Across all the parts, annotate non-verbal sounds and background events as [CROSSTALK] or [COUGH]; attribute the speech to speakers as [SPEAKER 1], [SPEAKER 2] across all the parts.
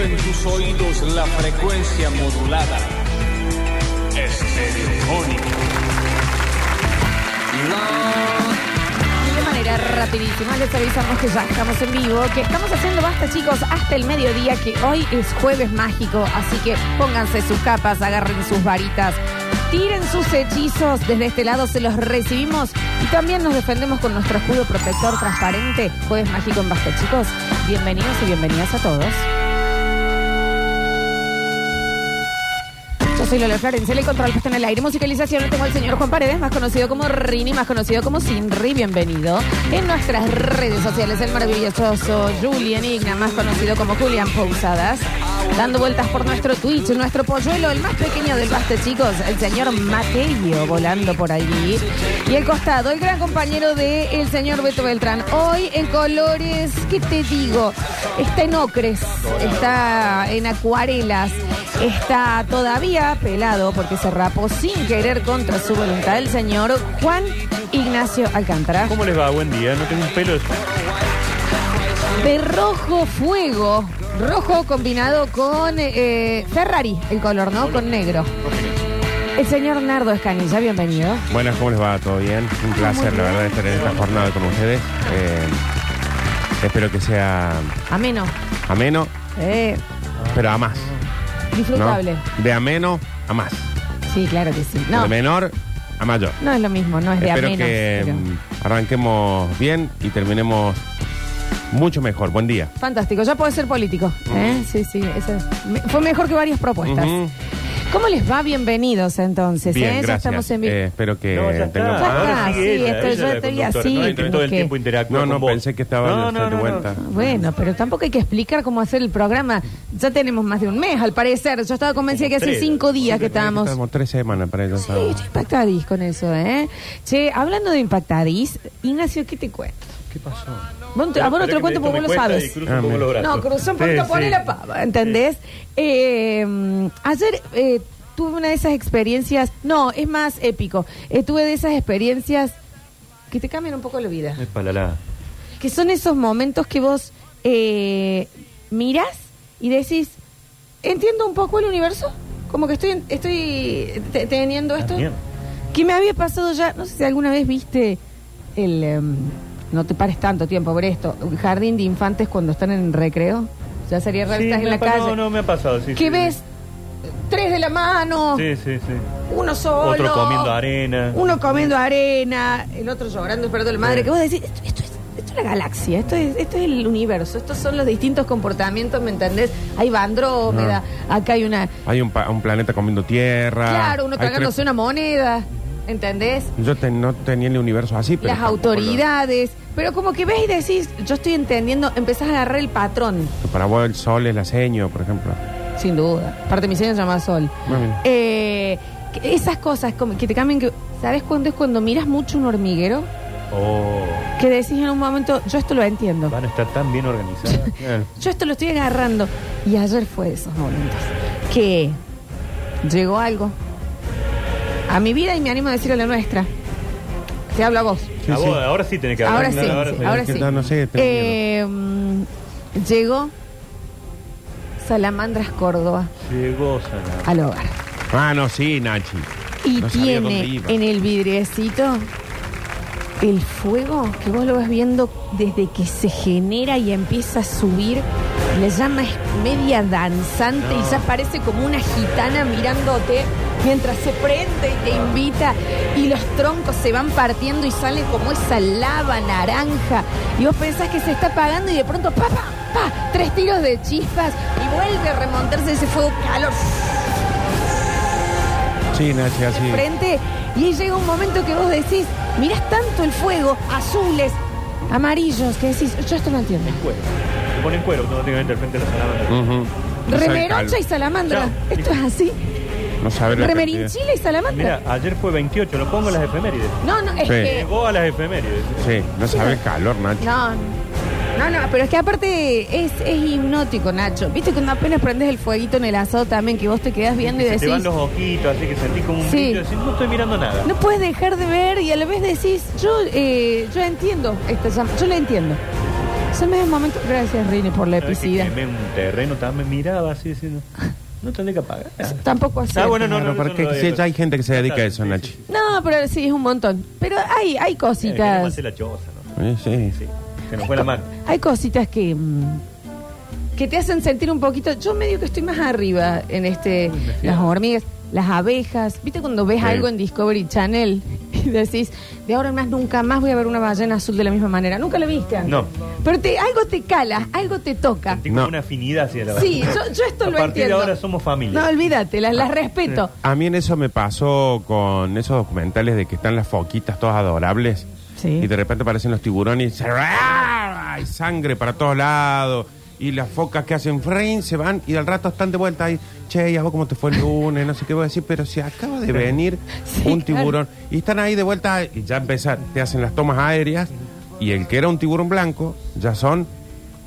[SPEAKER 1] en tus oídos la frecuencia modulada. Estereofónica.
[SPEAKER 2] Y de manera rapidísima les avisamos que ya estamos en vivo, que estamos haciendo basta chicos hasta el mediodía, que hoy es jueves mágico, así que pónganse sus capas, agarren sus varitas, tiren sus hechizos, desde este lado se los recibimos y también nos defendemos con nuestro escudo protector transparente, jueves mágico en basta chicos. Bienvenidos y bienvenidas a todos. Yo soy Lola Florencia, el control puesto en el aire, musicalización, tengo al señor Juan Paredes, más conocido como Rini, más conocido como Sinri, bienvenido. En nuestras redes sociales, el maravilloso Julian Igna, más conocido como Julian Pousadas, dando vueltas por nuestro Twitch, nuestro polluelo, el más pequeño del baste, chicos, el señor Mateo, volando por allí. Y el costado, el gran compañero del el señor Beto Beltrán, hoy en colores, ¿qué te digo? Está en ocres, está en acuarelas, Está todavía pelado porque se rapó sin querer contra su voluntad el señor Juan Ignacio Alcántara.
[SPEAKER 3] ¿Cómo les va? Buen día. No tengo un pelo. de-
[SPEAKER 2] De rojo fuego, rojo combinado con eh, Ferrari, el color, ¿no? Con negro. El señor Nardo Escanilla, bienvenido.
[SPEAKER 4] Buenas, ¿cómo les va? ¿Todo bien? Un placer, la verdad, estar en esta jornada con ustedes. Eh, espero que sea
[SPEAKER 2] Ameno,
[SPEAKER 4] ameno,
[SPEAKER 2] eh,
[SPEAKER 4] pero a más. ¿no?
[SPEAKER 2] disfrutable.
[SPEAKER 4] De ameno a más.
[SPEAKER 2] Sí, claro que sí. No,
[SPEAKER 4] De menor a mayor.
[SPEAKER 2] no es lo mismo, no es de
[SPEAKER 4] espero
[SPEAKER 2] ameno.
[SPEAKER 4] que
[SPEAKER 2] pero-
[SPEAKER 4] mm, arranquemos bien y terminemos mucho mejor. Buen día.
[SPEAKER 2] Fantástico, ya puede ser político. ¿eh? Sí, sí, eso es- me- fue mejor que varias propuestas.
[SPEAKER 4] Mm. Ujú.
[SPEAKER 2] ¿Cómo les va? Bienvenidos entonces. ¿eh?
[SPEAKER 4] Bien,
[SPEAKER 2] Ya
[SPEAKER 4] gracias.
[SPEAKER 2] estamos en vivo.
[SPEAKER 4] Eh, espero que
[SPEAKER 3] No, ya está.
[SPEAKER 4] tengamos...
[SPEAKER 2] Ya
[SPEAKER 3] Ahora
[SPEAKER 2] está,
[SPEAKER 3] sí,
[SPEAKER 2] sí,
[SPEAKER 3] ella,
[SPEAKER 2] esto- yo
[SPEAKER 3] ella la
[SPEAKER 2] estoy
[SPEAKER 3] conductora,
[SPEAKER 2] así,
[SPEAKER 3] ¿no? Entre todo el
[SPEAKER 2] porque-
[SPEAKER 3] tiempo interactúa
[SPEAKER 4] No, no,
[SPEAKER 3] Ah, con vos.
[SPEAKER 4] pensé que estaba
[SPEAKER 3] No,
[SPEAKER 4] yo
[SPEAKER 3] no,
[SPEAKER 4] de
[SPEAKER 3] no,
[SPEAKER 4] vuelta.
[SPEAKER 3] no.
[SPEAKER 2] Bueno, pero tampoco hay que explicar cómo hacer el programa. Ya tenemos más de un mes, al parecer. Yo estaba convencida que
[SPEAKER 3] Como
[SPEAKER 2] hace
[SPEAKER 3] tres,
[SPEAKER 2] cinco días que
[SPEAKER 4] Estamos...
[SPEAKER 2] estábamos.
[SPEAKER 4] tres semanas para ello.
[SPEAKER 2] Sí, estoy impactadís con eso, ¿eh? Che, hablando de impactadís, Ignacio, ¿qué te cuento?
[SPEAKER 3] ¿Qué pasó?
[SPEAKER 2] Vos- a vos no te lo cuento porque vos lo sabes.
[SPEAKER 4] Ah, mira.
[SPEAKER 2] No, cruzó por no poner la pava, ¿entendés? Eh, mm, ayer eh, tuve una de esas experiencias, no, es más épico, Eh, tuve de esas experiencias que te cambian un poco la vida,
[SPEAKER 3] Es palala.
[SPEAKER 2] que son esos momentos que vos eh, miras y decís, entiendo un poco el universo, como que estoy, estoy te- teniendo esto.
[SPEAKER 3] Ah, bien.
[SPEAKER 2] Que me había pasado ya, no sé si alguna vez viste el... em, no te pares tanto tiempo por esto. un Jardín de infantes cuando están en recreo. Ya sería raro,
[SPEAKER 3] Sí,
[SPEAKER 2] estás
[SPEAKER 3] me
[SPEAKER 2] en la
[SPEAKER 3] ha pa-
[SPEAKER 2] calle.
[SPEAKER 3] No, no, me ha pasado. Sí,
[SPEAKER 2] ¿Qué
[SPEAKER 3] sí.
[SPEAKER 2] ves? Tres de la mano,
[SPEAKER 3] Sí, sí, sí.
[SPEAKER 2] uno solo.
[SPEAKER 3] Otro comiendo arena.
[SPEAKER 2] Uno comiendo arena, el otro llorando, esperando la madre.
[SPEAKER 3] Sí.
[SPEAKER 2] Que vos decís, esto, esto es... Esto es la galaxia, esto es, esto es el universo, estos son los distintos comportamientos, ¿me entendés? Hay bandrómeda, acá hay una...
[SPEAKER 4] Hay un, pa- un planeta comiendo tierra.
[SPEAKER 3] Ah,
[SPEAKER 2] Claro, uno
[SPEAKER 4] Hay
[SPEAKER 2] tragándose
[SPEAKER 4] tres-
[SPEAKER 2] una moneda, ¿entendés?
[SPEAKER 4] Yo te- no tenía el universo así, pero...
[SPEAKER 2] las
[SPEAKER 4] tampoco lo-
[SPEAKER 2] autoridades, pero como que ves y decís, yo estoy entendiendo, empezás a agarrar el patrón,
[SPEAKER 4] Para vos el sol es la seño, por ejemplo.
[SPEAKER 2] sin duda. Parte de mi señor se llama Sol.
[SPEAKER 4] Muy bien.
[SPEAKER 2] Eh, que esas cosas como que te cambian, que, ¿sabes cuándo es cuando miras mucho un hormiguero?
[SPEAKER 3] Oh,
[SPEAKER 2] Que decís en un momento, yo esto lo entiendo,
[SPEAKER 3] van a estar tan bien organizadas.
[SPEAKER 2] yo esto lo estoy agarrando. Y ayer fue de esos momentos que llegó algo a mi vida y me animo a decir a la nuestra. Te hablo a vos.
[SPEAKER 4] Sí,
[SPEAKER 3] A
[SPEAKER 4] sí.
[SPEAKER 3] vos, Ahora sí tenés que hablar.
[SPEAKER 2] Ahora sí,
[SPEAKER 3] No,
[SPEAKER 2] sí, ahora
[SPEAKER 4] sí.
[SPEAKER 2] sí.
[SPEAKER 4] No, no sé, tengo
[SPEAKER 2] Eh, mm, llegó Salamandras Córdoba
[SPEAKER 3] Llegó Sana.
[SPEAKER 2] al hogar.
[SPEAKER 4] Ah, no, sí, Nachi.
[SPEAKER 2] Y
[SPEAKER 4] No sabía dónde
[SPEAKER 2] tiene
[SPEAKER 4] iba.
[SPEAKER 2] en el vidriecito el fuego que vos lo vas viendo desde que se genera y empieza a subir. La llama es media danzante y ya parece como una gitana mirándote mientras se prende y te invita. Y los troncos se van partiendo y sale como esa lava naranja. Y vos pensás que se está apagando y de pronto, pa, pa, pa, tres tiros de chispas y vuelve a remontarse ese fuego calor
[SPEAKER 4] Sí, Nachi, así.
[SPEAKER 2] de frente y ahí llega un momento que vos decís, mirás tanto el fuego, azules, amarillos, que decís, yo esto no entiendo.
[SPEAKER 3] Cuero. Se ponen cuero automáticamente al frente de la salamandra.
[SPEAKER 4] Ujú. No sabe
[SPEAKER 2] Remeroncha y
[SPEAKER 4] cal-
[SPEAKER 2] salamandra, [LAUGHS]
[SPEAKER 3] Chao.
[SPEAKER 2] esto es así.
[SPEAKER 4] No sabe la cantidad.
[SPEAKER 2] Remerinchila y salamandra.
[SPEAKER 3] Mira, ayer fue 28, lo pongo en las efemérides.
[SPEAKER 2] No, no, es
[SPEAKER 4] Sí.
[SPEAKER 2] que...
[SPEAKER 3] Llegó a las efemérides.
[SPEAKER 4] Sí, no sabe el calor, Nachi.
[SPEAKER 2] No, no, no, pero es que aparte es, es hipnótico, Nacho. Viste que cuando apenas prendes el fueguito en el asado también, que vos te quedás viendo y
[SPEAKER 3] Se
[SPEAKER 2] decís...
[SPEAKER 3] te van los ojitos, así que sentís como un
[SPEAKER 2] Sí.
[SPEAKER 3] brillo. Decís, no estoy mirando nada.
[SPEAKER 2] No puedes dejar de ver y a la vez decís, yo, eh, yo entiendo esta llama, yo la entiendo. Se me da un momento. Gracias, Rini, por la
[SPEAKER 3] ¿Sabes que
[SPEAKER 2] epicidad.
[SPEAKER 3] quemé un terreno, estaba, me miraba así diciendo, no tendré
[SPEAKER 2] [LAUGHS]
[SPEAKER 3] que pagar.
[SPEAKER 2] Tampoco así.
[SPEAKER 3] Ah, bueno, no,
[SPEAKER 4] Claro,
[SPEAKER 3] no,
[SPEAKER 4] porque
[SPEAKER 3] eso no lo
[SPEAKER 4] sí,
[SPEAKER 3] digo.
[SPEAKER 4] ya hay gente que se dedica a eso,
[SPEAKER 3] Sí, sí,
[SPEAKER 4] Nachi.
[SPEAKER 3] sí.
[SPEAKER 2] No, pero sí, es un montón. Pero hay, hay
[SPEAKER 3] Eh, queremos
[SPEAKER 2] cositas.
[SPEAKER 3] hacer la choza, ¿no?
[SPEAKER 4] Eh, sí.
[SPEAKER 3] Sí, se nos fue la mano.
[SPEAKER 2] Hay cositas que. mm, que te hacen sentir un poquito. Yo medio que estoy más arriba en este. Las hormigas, las abejas. ¿Viste cuando ves
[SPEAKER 4] Sí.
[SPEAKER 2] algo en Discovery Channel [LAUGHS] y decís, de ahora en más nunca más voy a ver una ballena azul de la misma manera? Nunca la viste antes.
[SPEAKER 3] No.
[SPEAKER 2] Pero te, algo te cala, algo te toca.
[SPEAKER 3] Tengo
[SPEAKER 4] No.
[SPEAKER 3] una afinidad hacia la
[SPEAKER 2] Sí, yo, yo esto
[SPEAKER 3] A
[SPEAKER 2] lo entiendo.
[SPEAKER 3] partir de ahora somos familia. Ah.
[SPEAKER 2] No, olvídate, las, las respeto.
[SPEAKER 4] A mí en eso me pasó con esos documentales de que están las foquitas todas adorables.
[SPEAKER 2] Sí.
[SPEAKER 4] Y de repente aparecen los tiburones y se- hay sangre para todos lados. Y las focas que hacen frame se van y al rato están de vuelta ahí. Che, ¿y a vos cómo te fue el lunes? No sé qué voy a decir, pero si acaba de venir
[SPEAKER 2] Sí,
[SPEAKER 4] un
[SPEAKER 2] claro.
[SPEAKER 4] tiburón. Y están ahí de vuelta y ya empiezan, te hacen las tomas aéreas. Y el que era un tiburón blanco, ya son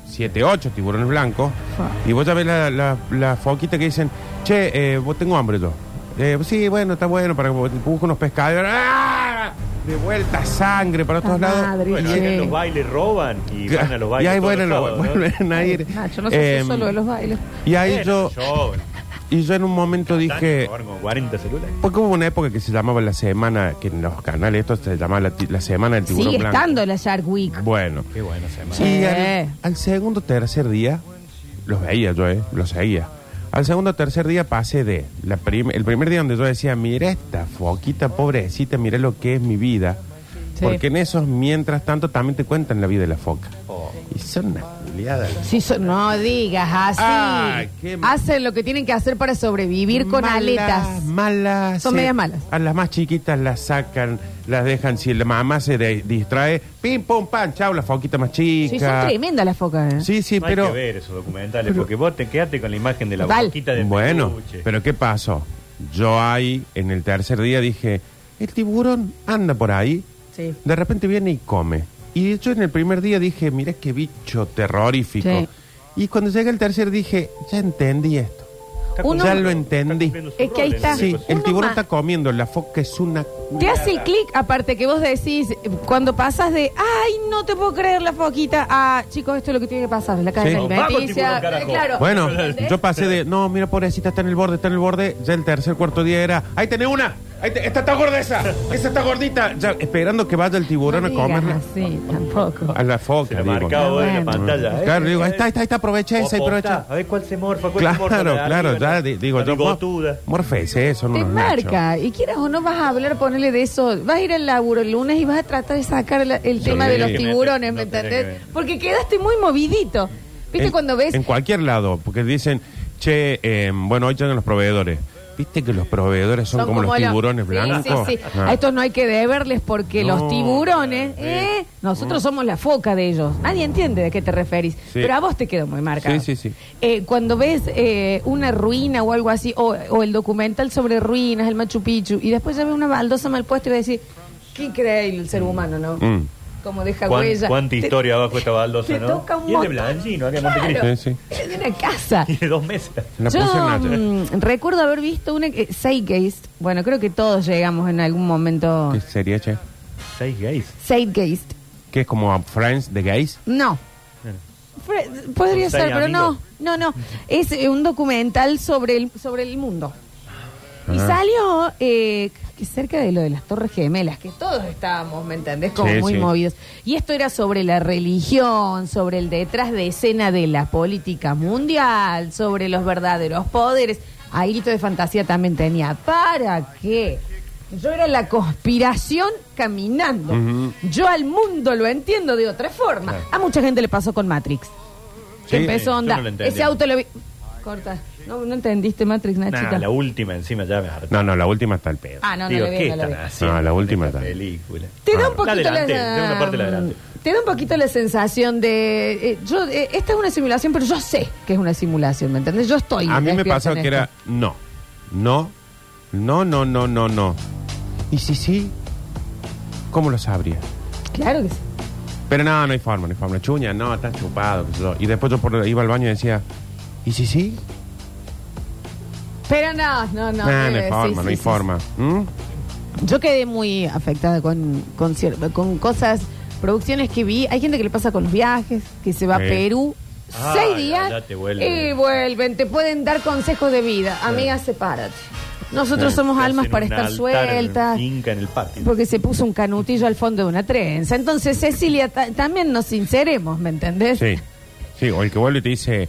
[SPEAKER 4] siete, ocho tiburones blancos.
[SPEAKER 2] Fa.
[SPEAKER 4] Y vos ya ves la, la, la foquita que dicen, che, eh, vos tengo hambre yo. Eh, sí, bueno, está bueno, para que vos- busco unos pescados. ¡Ah! De vuelta, sangre para
[SPEAKER 2] La
[SPEAKER 4] todos lados.
[SPEAKER 2] Ah, madre.
[SPEAKER 4] Bueno,
[SPEAKER 3] Bueno,
[SPEAKER 2] Sí.
[SPEAKER 3] acá en los bailes roban y van a los
[SPEAKER 4] y
[SPEAKER 3] bailes.
[SPEAKER 4] ahí
[SPEAKER 3] todos
[SPEAKER 4] bueno,
[SPEAKER 3] los
[SPEAKER 4] lo-
[SPEAKER 3] sábados, ¿no?
[SPEAKER 4] vuelven a ir.
[SPEAKER 2] Nacho, no sé
[SPEAKER 4] Em,
[SPEAKER 2] solo de los bailes.
[SPEAKER 4] Y ahí
[SPEAKER 3] Bueno,
[SPEAKER 4] yo,
[SPEAKER 3] yo,
[SPEAKER 4] y yo en un momento dije,
[SPEAKER 3] Robar como 40 celulares.
[SPEAKER 4] porque hubo una época que se llamaba la semana, que en los canales esto se llamaba la, ti- la semana del tiburón
[SPEAKER 2] Sigue
[SPEAKER 4] blanco.
[SPEAKER 2] estando la Shark Week. Eh,
[SPEAKER 4] Bueno.
[SPEAKER 3] Qué bueno, se llama.
[SPEAKER 2] Sí.
[SPEAKER 4] Y al, al segundo tercer día, los veía yo, ¿eh? Los seguía. Al segundo tercer día pasé de la prim- el primer día donde yo decía, mira esta foquita pobrecita, mira lo que es mi vida.
[SPEAKER 2] Sí.
[SPEAKER 4] Porque en esos, mientras tanto, también te cuentan la vida de la foca.
[SPEAKER 3] Oh.
[SPEAKER 4] Y son una culiada.
[SPEAKER 2] Sí, so- no digas así.
[SPEAKER 4] Ay, qué ma-
[SPEAKER 2] Hacen lo que tienen que hacer para sobrevivir con
[SPEAKER 4] Malas,
[SPEAKER 2] aletas.
[SPEAKER 4] Malas.
[SPEAKER 2] Son
[SPEAKER 4] se-
[SPEAKER 2] medias malas.
[SPEAKER 4] A las más chiquitas las sacan, las dejan. Si la mamá se de- distrae, pim, pum, pan, chao, la foquita más
[SPEAKER 2] Sí, son
[SPEAKER 4] chica.
[SPEAKER 2] tremendas las focas. ¿eh?
[SPEAKER 4] sí, sí,
[SPEAKER 3] No
[SPEAKER 4] pero.
[SPEAKER 3] hay que ver esos documentales, porque vos te quedaste con la imagen de la
[SPEAKER 2] Total.
[SPEAKER 3] boquita del
[SPEAKER 4] Bueno,
[SPEAKER 3] peluche.
[SPEAKER 4] pero ¿qué pasó? Yo ahí, en el tercer día, dije, el tiburón anda por ahí,
[SPEAKER 2] Sí.
[SPEAKER 4] de repente viene y come. Y yo en el primer día dije, mira qué bicho terrorífico.
[SPEAKER 2] Sí.
[SPEAKER 4] Y cuando llegué al tercer dije, ya entendí esto.
[SPEAKER 3] Está
[SPEAKER 2] uno-
[SPEAKER 4] ya
[SPEAKER 3] cumpliendo-
[SPEAKER 4] lo entendí.
[SPEAKER 3] está cumpliendo su
[SPEAKER 2] Es que ahí
[SPEAKER 3] rol en
[SPEAKER 2] está.
[SPEAKER 3] ese
[SPEAKER 4] Sí,
[SPEAKER 2] Uno
[SPEAKER 3] coso.
[SPEAKER 4] el tiburón
[SPEAKER 2] más.
[SPEAKER 4] está comiendo, la foca es una...
[SPEAKER 2] Te hace el clic, aparte que vos decís, eh, cuando pasas de, ay, no te puedo creer la foquita, ah, chicos, esto es lo que tiene que pasar, la cadena
[SPEAKER 4] Sí.
[SPEAKER 3] Vamos,
[SPEAKER 2] alimenticia.
[SPEAKER 3] tiburón, carajo.
[SPEAKER 2] eh, claro.
[SPEAKER 4] Bueno,
[SPEAKER 2] ¿entendés?
[SPEAKER 4] yo pasé de, no, mira, pobrecita, está en el borde, está en el borde. Ya el tercer, cuarto día era, ahí tenés una, ahí te- esta está gorda esa, esa está gordita. Ya, esperando que vaya el tiburón
[SPEAKER 2] no
[SPEAKER 4] a comerla.
[SPEAKER 2] Sí, tampoco.
[SPEAKER 4] A la
[SPEAKER 3] Se
[SPEAKER 4] foca,
[SPEAKER 3] la
[SPEAKER 4] digo. Ah.
[SPEAKER 3] marcaba vos en la
[SPEAKER 2] Bueno.
[SPEAKER 3] pantalla. ¿eh?
[SPEAKER 4] Claro, digo, ahí está, ahí está, ahí está, aprovecha
[SPEAKER 3] O
[SPEAKER 4] esa, aprovecha.
[SPEAKER 3] apostá, A ver cuál se morfa, cuál se
[SPEAKER 4] Claro,
[SPEAKER 3] morfa. la de
[SPEAKER 4] claro,
[SPEAKER 3] arriba,
[SPEAKER 4] ya
[SPEAKER 3] la-
[SPEAKER 4] di- digo
[SPEAKER 3] la
[SPEAKER 4] yo.
[SPEAKER 3] bigotuda.
[SPEAKER 4] Morfese, eso no
[SPEAKER 2] Te
[SPEAKER 4] nos
[SPEAKER 2] marca, y quieras o no vas a hablar, ponerle de eso. Vas a ir al laburo el lunes y vas a tratar de sacar la- el tema de los
[SPEAKER 4] que
[SPEAKER 3] me-
[SPEAKER 2] tiburones, ¿me
[SPEAKER 3] no tiene que
[SPEAKER 2] entendés?
[SPEAKER 3] ver.
[SPEAKER 2] Porque quedaste muy movidito. ¿Viste
[SPEAKER 4] en,
[SPEAKER 2] cuando ves?
[SPEAKER 4] En cualquier lado, porque dicen, che, eh, bueno, hoy llegan los proveedores. Viste que los proveedores son, como, los tiburones
[SPEAKER 2] sí,
[SPEAKER 4] blancos.
[SPEAKER 2] Sí, sí.
[SPEAKER 4] Ah.
[SPEAKER 2] A estos no hay que deberles porque
[SPEAKER 4] No, Mm.
[SPEAKER 2] los tiburones, ¿eh? nosotros somos la foca de ellos. Nadie entiende de qué te referís. Pero a vos te quedó muy marcado.
[SPEAKER 4] Sí, sí, sí.
[SPEAKER 2] Eh, cuando ves eh, una ruina o algo así, o, o el documental sobre ruinas, el Machu Picchu, y después ya ves una baldosa mal puesta y vas a decir, qué increíble el ser humano, ¿no?
[SPEAKER 4] Mm.
[SPEAKER 2] Como deja
[SPEAKER 3] Cuán-
[SPEAKER 2] huella.
[SPEAKER 3] ¿Cuánta
[SPEAKER 2] Te-
[SPEAKER 3] historia abajo esta baldosa,
[SPEAKER 2] te
[SPEAKER 3] no?
[SPEAKER 2] toca un
[SPEAKER 3] y el de
[SPEAKER 2] montón.
[SPEAKER 3] Blanchino, acá en Montecristo.
[SPEAKER 2] Claro,
[SPEAKER 4] Sí, sí.
[SPEAKER 2] Es de una
[SPEAKER 4] [LAUGHS]
[SPEAKER 2] casa.
[SPEAKER 3] [LAUGHS] Tiene dos meses.
[SPEAKER 4] La
[SPEAKER 2] Yo
[SPEAKER 4] pusieron ayer.
[SPEAKER 2] mm, recuerdo haber visto una que, Zeitgeist. Bueno, creo que todos llegamos en algún momento.
[SPEAKER 4] ¿Qué sería, che?
[SPEAKER 3] Seis gays.
[SPEAKER 2] Zeitgeist.
[SPEAKER 4] Que es como Friends de gays.
[SPEAKER 2] No. Fre- podría
[SPEAKER 3] Son seis
[SPEAKER 2] ser, pero no.
[SPEAKER 3] amigos.
[SPEAKER 2] No,
[SPEAKER 4] [LAUGHS]
[SPEAKER 2] no. Es eh, un documental sobre el, sobre el mundo. Y
[SPEAKER 4] Ah.
[SPEAKER 2] salió eh, que cerca de lo de las Torres Gemelas, que todos estábamos, ¿me entendés? Como
[SPEAKER 4] Sí,
[SPEAKER 2] muy
[SPEAKER 4] sí.
[SPEAKER 2] movidos. Y esto era sobre la religión, sobre el detrás de escena de la política mundial, sobre los verdaderos poderes. Ahí de fantasía también tenía. ¿Para qué? Yo era la conspiración caminando. Yo al mundo lo entiendo de otra forma. A mucha gente le pasó con Matrix.
[SPEAKER 4] Sí,
[SPEAKER 2] Que empezó
[SPEAKER 3] yo
[SPEAKER 2] onda.
[SPEAKER 3] no lo entendí.
[SPEAKER 2] Ese auto lo vi. Corta. No, no entendiste Matrix, Nachita.
[SPEAKER 3] Nah, la última encima ya me harta.
[SPEAKER 4] No, no, la última está al pedo.
[SPEAKER 2] Ah, no, no
[SPEAKER 3] Digo,
[SPEAKER 2] lo vi,
[SPEAKER 3] ¿qué
[SPEAKER 2] no lo
[SPEAKER 3] están
[SPEAKER 2] vi.
[SPEAKER 3] haciendo
[SPEAKER 4] No, la
[SPEAKER 3] con
[SPEAKER 4] última
[SPEAKER 3] esta
[SPEAKER 4] está.
[SPEAKER 3] película?
[SPEAKER 2] Te
[SPEAKER 4] Ah.
[SPEAKER 2] da un poquito
[SPEAKER 3] Adelante,
[SPEAKER 2] la,
[SPEAKER 3] de una parte la adelante.
[SPEAKER 2] Te da un poquito la sensación de eh, yo eh, esta es una simulación, pero yo sé que es una simulación, ¿me entendés? Yo estoy
[SPEAKER 4] A mí me
[SPEAKER 2] despierta
[SPEAKER 4] pasó
[SPEAKER 2] en
[SPEAKER 4] que
[SPEAKER 2] esto.
[SPEAKER 4] era no, no, no, no, no, no, no. Y si sí, ¿cómo lo sabría?
[SPEAKER 2] Claro que sí.
[SPEAKER 4] Pero no, no hay forma, no hay forma. Chuña, no, está chupado. qué sé yo. Y después yo por- iba al baño y decía, ¿y si sí?
[SPEAKER 2] Pero no, no, no.
[SPEAKER 4] No, no,
[SPEAKER 2] eh, sí,
[SPEAKER 4] hay forma,
[SPEAKER 2] sí,
[SPEAKER 4] no hay
[SPEAKER 2] sí,
[SPEAKER 4] forma. ¿Mm?
[SPEAKER 2] sí. Yo quedé muy afectada con con, cier- con cosas producciones que vi, hay gente que le pasa con los viajes, que se va a
[SPEAKER 4] Sí.
[SPEAKER 2] Perú.
[SPEAKER 3] Ah,
[SPEAKER 2] seis
[SPEAKER 3] ya,
[SPEAKER 2] días
[SPEAKER 3] ya te vuelven.
[SPEAKER 2] y vuelven, te pueden dar consejos de vida. Amiga, sepárate. Nosotros
[SPEAKER 4] Sí.
[SPEAKER 2] somos
[SPEAKER 3] Te
[SPEAKER 2] almas
[SPEAKER 3] hacen
[SPEAKER 2] para
[SPEAKER 3] un
[SPEAKER 2] estar
[SPEAKER 3] altar
[SPEAKER 2] sueltas.
[SPEAKER 3] Inca en el patio.
[SPEAKER 2] Porque se puso un canutillo al fondo de una trenza. Entonces, Cecilia, ta- también nos sinceremos, ¿me entendés?
[SPEAKER 4] Sí, sí, o el que vuelve y te dice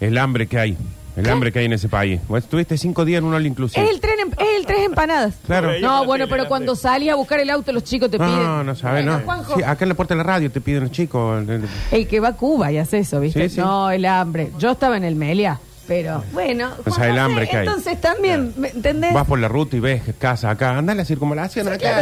[SPEAKER 4] el hambre que hay, el hambre que hay en ese país. Vos estuviste cinco días en un all inclusive.
[SPEAKER 2] Es el, tren, em- es el tres empanadas.
[SPEAKER 4] Claro.
[SPEAKER 3] Ahí en
[SPEAKER 2] No,
[SPEAKER 3] la
[SPEAKER 2] bueno,
[SPEAKER 3] tele,
[SPEAKER 2] pero
[SPEAKER 3] la
[SPEAKER 2] cuando
[SPEAKER 3] tele.
[SPEAKER 2] salí a buscar el auto, los chicos te piden.
[SPEAKER 4] No, no sabes,
[SPEAKER 2] Bueno,
[SPEAKER 4] no.
[SPEAKER 2] Juanjo,
[SPEAKER 4] Sí, acá en la puerta de la radio te piden, chico. el- el-
[SPEAKER 2] El que va a Cuba y hace eso, ¿viste?
[SPEAKER 4] Sí, sí.
[SPEAKER 2] No, el hambre. Yo estaba en el Melia, pero bueno.
[SPEAKER 4] O sea,
[SPEAKER 2] Juan
[SPEAKER 4] el
[SPEAKER 2] José,
[SPEAKER 4] hambre que Pues hay.
[SPEAKER 2] Entonces también, ¿me entendés?
[SPEAKER 4] Vas por la ruta y ves casa acá. Anda a la circunvalación acá.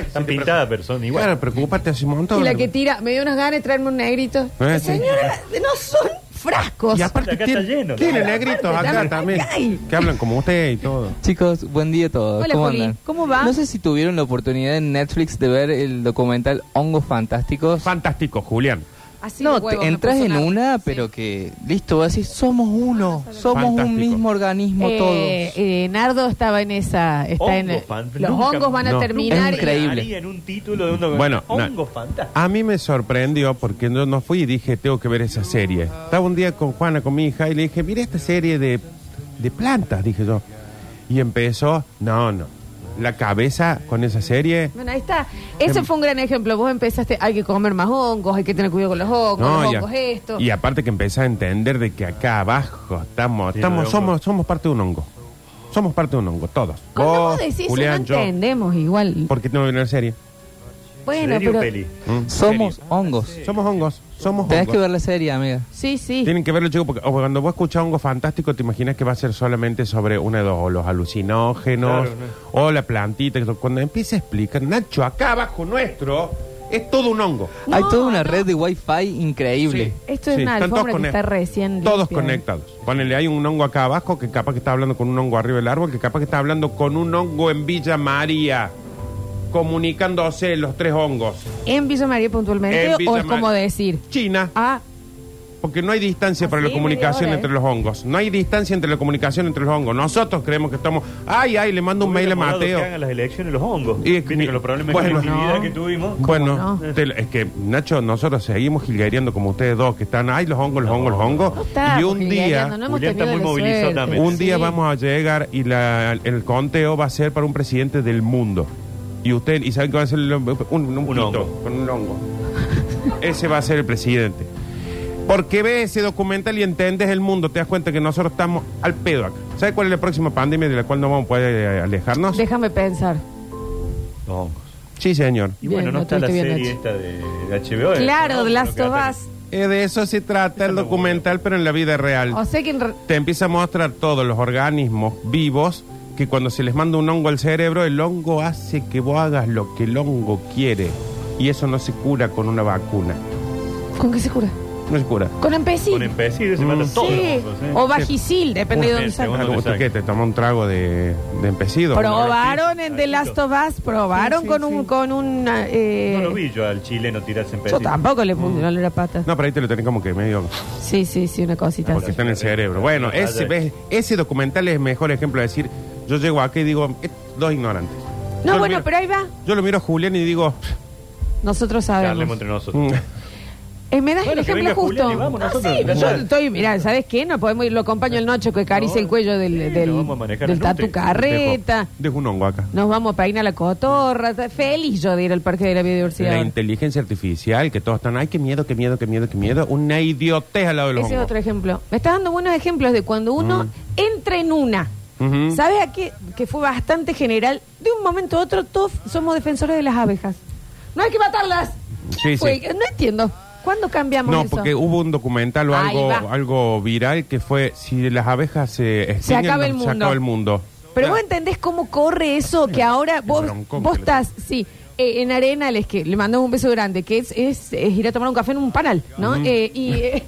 [SPEAKER 3] Están pintadas, pero son igual.
[SPEAKER 4] Bueno, preocuparte hace un montón.
[SPEAKER 2] Y la que tira, me dio unas ganas de traerme un negrito.
[SPEAKER 4] Eh, sí.
[SPEAKER 2] Señora, no son frascos.
[SPEAKER 4] Y aparte
[SPEAKER 3] Acá está
[SPEAKER 4] tiene,
[SPEAKER 3] lleno, ¿no?
[SPEAKER 4] tiene
[SPEAKER 3] Aparte,
[SPEAKER 4] negritos acá
[SPEAKER 2] también,
[SPEAKER 4] también.
[SPEAKER 2] acá hay.
[SPEAKER 4] Que hablan como usted y todo.
[SPEAKER 5] Chicos, buen día a todos.
[SPEAKER 2] Hola,
[SPEAKER 5] ¿Cómo
[SPEAKER 2] Juli.
[SPEAKER 5] andan?
[SPEAKER 2] ¿Cómo va?
[SPEAKER 5] No sé si tuvieron la oportunidad en Netflix de ver el documental Hongos Fantásticos.
[SPEAKER 4] Fantástico, Julián.
[SPEAKER 2] Así de
[SPEAKER 5] no,
[SPEAKER 2] huevo
[SPEAKER 5] te-
[SPEAKER 2] me
[SPEAKER 5] entras
[SPEAKER 2] puso
[SPEAKER 5] en una,
[SPEAKER 2] Sí. Ah,
[SPEAKER 5] pero que listo, así somos uno, somos un
[SPEAKER 4] Fantástico.
[SPEAKER 5] mismo organismo
[SPEAKER 2] Eh,
[SPEAKER 5] todos.
[SPEAKER 2] eh, Nardo estaba en esa. Está
[SPEAKER 3] Hongo
[SPEAKER 2] en,
[SPEAKER 3] fan-
[SPEAKER 2] los
[SPEAKER 3] nunca-
[SPEAKER 2] hongos van a
[SPEAKER 4] No.
[SPEAKER 2] terminar.
[SPEAKER 5] Es increíble.
[SPEAKER 3] Ahí en un título de un
[SPEAKER 4] Bueno,
[SPEAKER 3] hongo
[SPEAKER 4] na-
[SPEAKER 3] fantástico.
[SPEAKER 4] A mí me sorprendió porque yo no fui y dije, tengo que ver esa serie. Estaba un día con Juana, con mi hija, y le dije, mira esta serie de, de plantas, dije yo. Y empezó, no, no. La cabeza con esa serie.
[SPEAKER 2] Bueno, ahí está.
[SPEAKER 4] Em-
[SPEAKER 2] Ese fue un gran ejemplo. Vos empezaste, hay que comer más hongos, hay que tener cuidado con los hongos,
[SPEAKER 4] No,
[SPEAKER 2] los
[SPEAKER 4] y, a-
[SPEAKER 2] hongos esto.
[SPEAKER 4] y aparte que empecé a entender de que acá abajo estamos,
[SPEAKER 3] Sí,
[SPEAKER 4] estamos,
[SPEAKER 3] de hongo.
[SPEAKER 4] somos, somos parte de un hongo. Somos parte de un hongo, todos.
[SPEAKER 2] Cuando
[SPEAKER 4] Vos,
[SPEAKER 2] vos decís eso,
[SPEAKER 4] Julián,
[SPEAKER 2] no
[SPEAKER 4] yo.
[SPEAKER 2] entendemos igual.
[SPEAKER 4] ¿Por qué tengo que ver una serie?
[SPEAKER 2] bueno,
[SPEAKER 3] ¿Serio,
[SPEAKER 2] pero...
[SPEAKER 3] Peli?
[SPEAKER 4] ¿Mm?
[SPEAKER 5] Somos hongos.
[SPEAKER 4] Somos hongos, somos
[SPEAKER 5] Tenés
[SPEAKER 4] hongos.
[SPEAKER 5] que ver la serie, amiga.
[SPEAKER 2] Sí, sí.
[SPEAKER 4] Tienen que verlo, chicos, porque o cuando vos escuchás hongo fantástico, te imaginas que va a ser solamente sobre una de dos, o los alucinógenos,
[SPEAKER 3] Claro,
[SPEAKER 4] o la plantita. que son- Cuando empieza a explicar, Nacho, acá abajo nuestro es todo un hongo.
[SPEAKER 2] No,
[SPEAKER 5] Hay toda una
[SPEAKER 2] no.
[SPEAKER 5] red de wifi increíble.
[SPEAKER 2] Esto es
[SPEAKER 4] Sí,
[SPEAKER 2] una
[SPEAKER 4] están todos
[SPEAKER 2] alfombra que
[SPEAKER 4] conect-
[SPEAKER 2] está recién ¿eh?
[SPEAKER 4] Todos
[SPEAKER 2] limpiada.
[SPEAKER 4] conectados. Ponele, hay un hongo acá abajo que capaz que está hablando con un hongo arriba del árbol, que capaz que está hablando con un hongo en Villa María, comunicándose los tres hongos.
[SPEAKER 2] En Villa María puntualmente,
[SPEAKER 4] En Villa
[SPEAKER 2] o es como
[SPEAKER 4] María.
[SPEAKER 2] decir,
[SPEAKER 4] China.
[SPEAKER 2] ah,
[SPEAKER 4] Porque no hay distancia para
[SPEAKER 2] Así,
[SPEAKER 4] la comunicación
[SPEAKER 2] media hora,
[SPEAKER 4] entre
[SPEAKER 2] ¿eh?
[SPEAKER 4] los hongos. No hay distancia entre la comunicación entre los hongos. Nosotros creemos que estamos. Ay, ay, le mando un mail a
[SPEAKER 3] Hubiera molado Que
[SPEAKER 4] Mateo.
[SPEAKER 3] hagan las elecciones los hongos.
[SPEAKER 4] Y-
[SPEAKER 3] Viste con los problemas
[SPEAKER 4] Bueno.
[SPEAKER 3] de conectividad
[SPEAKER 2] No.
[SPEAKER 3] que tuvimos.
[SPEAKER 4] Bueno,
[SPEAKER 2] ¿Cómo
[SPEAKER 3] no?
[SPEAKER 4] te lo- es que Nacho, nosotros seguimos jilgareando como ustedes dos, que están, ay, los hongos, los hongos, los
[SPEAKER 2] no
[SPEAKER 4] hongos.
[SPEAKER 2] está,
[SPEAKER 4] Y un
[SPEAKER 2] porque
[SPEAKER 4] día,
[SPEAKER 2] Liliana, no hemos
[SPEAKER 3] Julián está
[SPEAKER 2] tenido
[SPEAKER 3] muy
[SPEAKER 2] la
[SPEAKER 3] movilizado
[SPEAKER 2] suerte.
[SPEAKER 3] también.
[SPEAKER 4] un día
[SPEAKER 2] Sí.
[SPEAKER 4] vamos a llegar y la- el conteo va a ser para un presidente del mundo. Y usted, ¿y saben que va a ser el- un, un,
[SPEAKER 3] Un
[SPEAKER 4] pito
[SPEAKER 3] hongo.
[SPEAKER 4] con un hongo? Ese va a ser el presidente. Porque ves ese documental y entiendes el mundo, te das cuenta que nosotros estamos al pedo acá. ¿Sabes cuál es la próxima pandemia de la cual no vamos a poder eh, alejarnos?
[SPEAKER 2] Déjame pensar.
[SPEAKER 3] Los hongos.
[SPEAKER 4] Sí, señor.
[SPEAKER 3] Y
[SPEAKER 2] Bien,
[SPEAKER 3] bueno, no
[SPEAKER 2] lo
[SPEAKER 3] está la
[SPEAKER 2] tuviste
[SPEAKER 3] serie
[SPEAKER 2] bien
[SPEAKER 3] esta de, de HBO. ¿eh?
[SPEAKER 2] Claro,
[SPEAKER 3] No,
[SPEAKER 2] de Last
[SPEAKER 3] bueno,
[SPEAKER 2] of
[SPEAKER 3] que hasta
[SPEAKER 2] Us.
[SPEAKER 4] Eh, de eso se trata el documental, pero en la vida real.
[SPEAKER 2] O sea que en re-
[SPEAKER 4] te empieza a mostrar todos los organismos vivos que cuando se les manda un hongo al cerebro, el hongo hace que vos hagas lo que el hongo quiere. Y eso no se cura con una vacuna.
[SPEAKER 2] ¿Con qué se cura?
[SPEAKER 4] No se cura.
[SPEAKER 2] Con
[SPEAKER 3] que-
[SPEAKER 2] empecil.
[SPEAKER 3] Con empecillo se matan
[SPEAKER 4] Mm.
[SPEAKER 3] todos los
[SPEAKER 2] sí.
[SPEAKER 3] hongos. ¿eh?
[SPEAKER 2] O vagisil, depende de dónde
[SPEAKER 3] Urgencia,
[SPEAKER 2] salga.
[SPEAKER 3] bueno.
[SPEAKER 4] Claro, usted
[SPEAKER 3] saca.
[SPEAKER 4] que te toma un trago de, de empecido.
[SPEAKER 2] Probaron en The Last of Us, probaron
[SPEAKER 4] Sí, sí,
[SPEAKER 2] con un...
[SPEAKER 4] sí.
[SPEAKER 2] Con un eh,
[SPEAKER 3] No lo vi yo al chileno tirarse en
[SPEAKER 2] yo tampoco le puse no la pata.
[SPEAKER 4] Mm. No, pero ahí te lo tenés como que medio...
[SPEAKER 2] Sí, sí, sí, una cosita
[SPEAKER 4] Porque
[SPEAKER 2] así.
[SPEAKER 4] está en el cerebro. Bueno, ese, ves, ese documental es el mejor ejemplo de decir... Yo llego aquí y digo, "Eh, dos ignorantes. Yo
[SPEAKER 2] No,
[SPEAKER 4] lo
[SPEAKER 2] bueno,
[SPEAKER 4] miro-
[SPEAKER 2] pero ahí va.
[SPEAKER 4] Yo lo miro a Julián y digo...
[SPEAKER 2] Nosotros
[SPEAKER 3] Charlemos
[SPEAKER 2] sabemos.
[SPEAKER 3] entre nosotros.
[SPEAKER 4] mm,
[SPEAKER 2] Eh, me das
[SPEAKER 3] Bueno,
[SPEAKER 2] el
[SPEAKER 3] que
[SPEAKER 2] ejemplo
[SPEAKER 3] venga
[SPEAKER 2] justo.
[SPEAKER 3] Julián y vamos
[SPEAKER 2] Ah,
[SPEAKER 3] nosotros.
[SPEAKER 2] sí, yo
[SPEAKER 3] Bueno.
[SPEAKER 2] estoy, mira, ¿sabes qué? No podemos ir, lo acompaño el noche que acaricia el cuello del,
[SPEAKER 3] sí,
[SPEAKER 2] del,
[SPEAKER 3] lo vamos a manejar
[SPEAKER 2] del
[SPEAKER 3] al norte.
[SPEAKER 2] tatu carreta.
[SPEAKER 4] Dejo, dejo un hongo acá.
[SPEAKER 2] Nos vamos a peinar la cotorra. ta- Feliz yo de ir al Parque de la Biodiversidad.
[SPEAKER 4] La
[SPEAKER 2] ahora.
[SPEAKER 4] inteligencia artificial, que todos están, ay, qué miedo, qué miedo, qué miedo, qué miedo. Una idiotez al lado de los
[SPEAKER 2] Ese es
[SPEAKER 4] hongos.
[SPEAKER 2] otro ejemplo. Me estás dando buenos ejemplos de cuando uno
[SPEAKER 3] Mm.
[SPEAKER 2] entra en una.
[SPEAKER 4] Ujú.
[SPEAKER 2] ¿Sabes a qué? Que fue bastante general. De un momento a otro, todos somos defensores de las abejas. No hay que matarlas.
[SPEAKER 4] Sí,
[SPEAKER 2] Fue-
[SPEAKER 4] sí.
[SPEAKER 2] No entiendo. ¿Cuándo cambiamos
[SPEAKER 4] No,
[SPEAKER 2] eso?
[SPEAKER 4] porque hubo un documental o
[SPEAKER 2] Ahí
[SPEAKER 4] algo,
[SPEAKER 2] va.
[SPEAKER 4] algo viral que fue, si las abejas se extinguen,
[SPEAKER 2] acaba el
[SPEAKER 4] no-
[SPEAKER 2] mundo.
[SPEAKER 4] acaba el mundo.
[SPEAKER 2] Pero vos entendés cómo corre eso, que ahora vos,
[SPEAKER 4] broncón
[SPEAKER 2] vos
[SPEAKER 4] que le-
[SPEAKER 2] estás, sí, eh, en Arenales, que le mandamos un beso grande, que es, es, es ir a tomar un café en un panal, ¿no? Eh, y eh,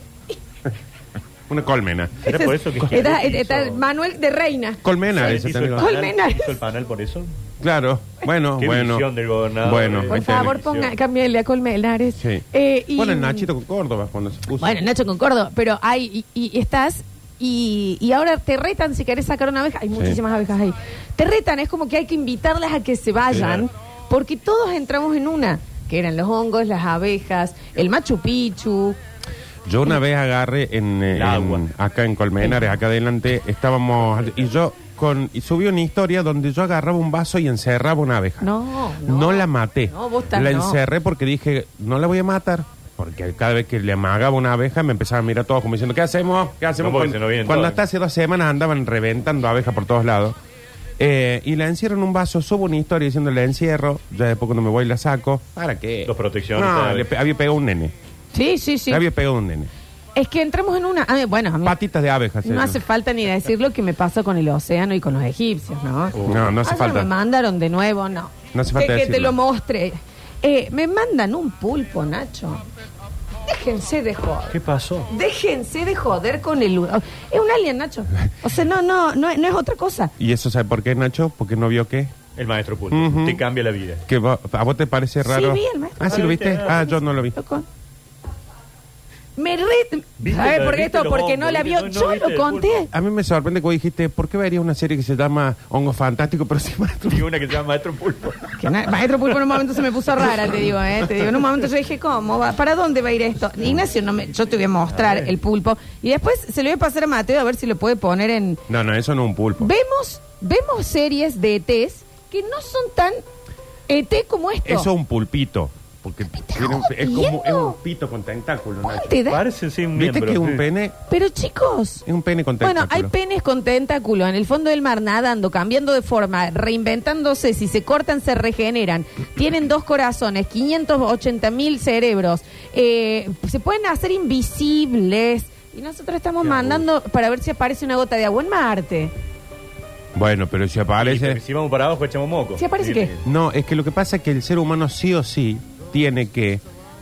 [SPEAKER 4] Una colmena.
[SPEAKER 3] ¿Era
[SPEAKER 2] [LAUGHS]
[SPEAKER 3] por eso que
[SPEAKER 2] está,
[SPEAKER 3] Schiaretti
[SPEAKER 2] está
[SPEAKER 3] hizo-
[SPEAKER 2] Manuel de Reina.
[SPEAKER 4] Colmena,
[SPEAKER 3] Schiaretti
[SPEAKER 4] ese
[SPEAKER 3] hizo
[SPEAKER 4] también.
[SPEAKER 3] el panel-
[SPEAKER 2] Colmenares.
[SPEAKER 3] hizo el panel por eso?
[SPEAKER 4] Claro, bueno,
[SPEAKER 3] Qué
[SPEAKER 4] bueno.
[SPEAKER 3] visión del gobernador. eh.
[SPEAKER 4] Bueno,
[SPEAKER 3] Por
[SPEAKER 4] ahí
[SPEAKER 2] Por
[SPEAKER 4] tenés.
[SPEAKER 2] favor, ponga, cámbiale a Colmenares.
[SPEAKER 4] Sí.
[SPEAKER 2] Eh, y-
[SPEAKER 4] Bueno, Nachito con Córdoba, cuando se puso.
[SPEAKER 2] Bueno, Nacho Concordo, pero hay, y, y estás, y, y ahora te retan si querés sacar una abeja, hay muchísimas abejas ahí, te retan, es como que hay que invitarlas a que se vayan, porque todos entramos en una. que eran los hongos, las abejas, el Machu Picchu.
[SPEAKER 4] Yo una vez agarré en, eh,
[SPEAKER 3] El agua.
[SPEAKER 4] en- acá en Colmenares, acá adelante, estábamos y yo con y subí una historia donde yo agarraba un vaso y encerraba una abeja.
[SPEAKER 2] No, no.
[SPEAKER 4] No, la maté.
[SPEAKER 2] No, vos estás-
[SPEAKER 4] la
[SPEAKER 2] no.
[SPEAKER 4] encerré porque dije, no la voy a matar. Porque cada vez que le amagaba una abeja me empezaban a mirar todos como diciendo, ¿qué hacemos? ¿Qué hacemos?
[SPEAKER 3] No, porque
[SPEAKER 4] Cuando-
[SPEAKER 3] se nos vienen
[SPEAKER 4] cuando
[SPEAKER 3] todas.
[SPEAKER 4] hasta hace dos semanas andaban reventando abejas por todos lados. Eh, y la encierro en un vaso, subo una historia diciendo la encierro, ya después cuando me voy la saco. ¿Para qué?
[SPEAKER 3] Los proteccionistas.
[SPEAKER 4] No, le pe- había pegado un nene.
[SPEAKER 2] Sí, sí, sí.
[SPEAKER 4] Le había pegado un nene.
[SPEAKER 2] Es que entramos en una. a mí- bueno, a mí
[SPEAKER 4] Patitas de abejas.
[SPEAKER 2] no
[SPEAKER 4] eso.
[SPEAKER 2] hace falta ni decir lo que me pasa con el océano y con los egipcios, ¿no?
[SPEAKER 4] Uh. No, no hace
[SPEAKER 2] Ayer me
[SPEAKER 4] falta.
[SPEAKER 2] mandaron de nuevo, no.
[SPEAKER 4] No hace
[SPEAKER 2] Que-
[SPEAKER 4] falta
[SPEAKER 2] que, te
[SPEAKER 4] decirlo.
[SPEAKER 2] lo mostré. Eh, me mandan un pulpo, Nacho. Déjense de joder.
[SPEAKER 3] ¿Qué pasó?
[SPEAKER 2] Déjense de joder con el... Es un alien, Nacho. O sea, no, no, no, es- no es otra cosa.
[SPEAKER 4] ¿Y eso sabe por qué, Nacho? Porque no vio qué.
[SPEAKER 3] El maestro Pulpo.
[SPEAKER 4] Ujú.
[SPEAKER 3] Te cambia la vida.
[SPEAKER 4] Que va- ¿A vos te parece
[SPEAKER 2] Sí,
[SPEAKER 4] raro?
[SPEAKER 2] vi el maestro.
[SPEAKER 4] Ah, sí, lo
[SPEAKER 3] Ah,
[SPEAKER 4] viste.
[SPEAKER 3] viste,
[SPEAKER 4] Ah, yo no lo vi.
[SPEAKER 2] Loco. Me re...
[SPEAKER 3] ¿Viste
[SPEAKER 2] ¿Sabes
[SPEAKER 3] la-
[SPEAKER 2] por qué
[SPEAKER 3] viste
[SPEAKER 2] esto?
[SPEAKER 3] los
[SPEAKER 2] Porque
[SPEAKER 3] hongos,
[SPEAKER 2] no la
[SPEAKER 3] viste,
[SPEAKER 2] vio.
[SPEAKER 3] no- no
[SPEAKER 2] Yo
[SPEAKER 3] viste
[SPEAKER 2] lo
[SPEAKER 3] el
[SPEAKER 2] conté.
[SPEAKER 4] A mí me sorprende que vos dijiste, ¿por qué verías una serie que se llama Hongo Fantástico? Pero sí, maestro.
[SPEAKER 3] Y una que se llama Maestro Pulpo.
[SPEAKER 2] Que na- Maestro Pulpo en un momento se me puso rara, te digo, ¿eh? Te digo, en un momento yo dije, ¿cómo? va? ¿Para dónde va a ir esto? Ignacio, no me, yo te voy a mostrar el pulpo. Y después se lo voy a pasar a Mateo a ver si lo puede poner en...
[SPEAKER 4] No, no, eso no es un pulpo.
[SPEAKER 2] Vemos, vemos series de ETs que no son tan ET como esto.
[SPEAKER 4] Eso es un pulpito. Porque tiene un- es como es
[SPEAKER 2] jodiendo?
[SPEAKER 4] un pito con tentáculo, Nacho.
[SPEAKER 2] ¿Te da?
[SPEAKER 3] Parece sí un
[SPEAKER 4] ¿Viste
[SPEAKER 3] miembro.
[SPEAKER 4] que es un
[SPEAKER 3] sí.
[SPEAKER 4] pene?
[SPEAKER 2] Pero chicos...
[SPEAKER 4] Es un pene con tentáculo.
[SPEAKER 2] Bueno, hay penes con tentáculo en el fondo del mar nadando, cambiando de forma, reinventándose. Si se cortan, se regeneran. Tienen dos corazones, 580 mil cerebros. Eh, se pueden hacer invisibles. Y nosotros estamos mandando para ver si aparece una gota de agua en Marte.
[SPEAKER 4] Bueno, pero si
[SPEAKER 3] Y, pero
[SPEAKER 4] aparece...
[SPEAKER 3] si vamos para abajo echamos moco.
[SPEAKER 2] Sí, aparece
[SPEAKER 3] Y-
[SPEAKER 2] que-
[SPEAKER 4] No, es que lo que pasa es que el ser humano sí o sí tiene que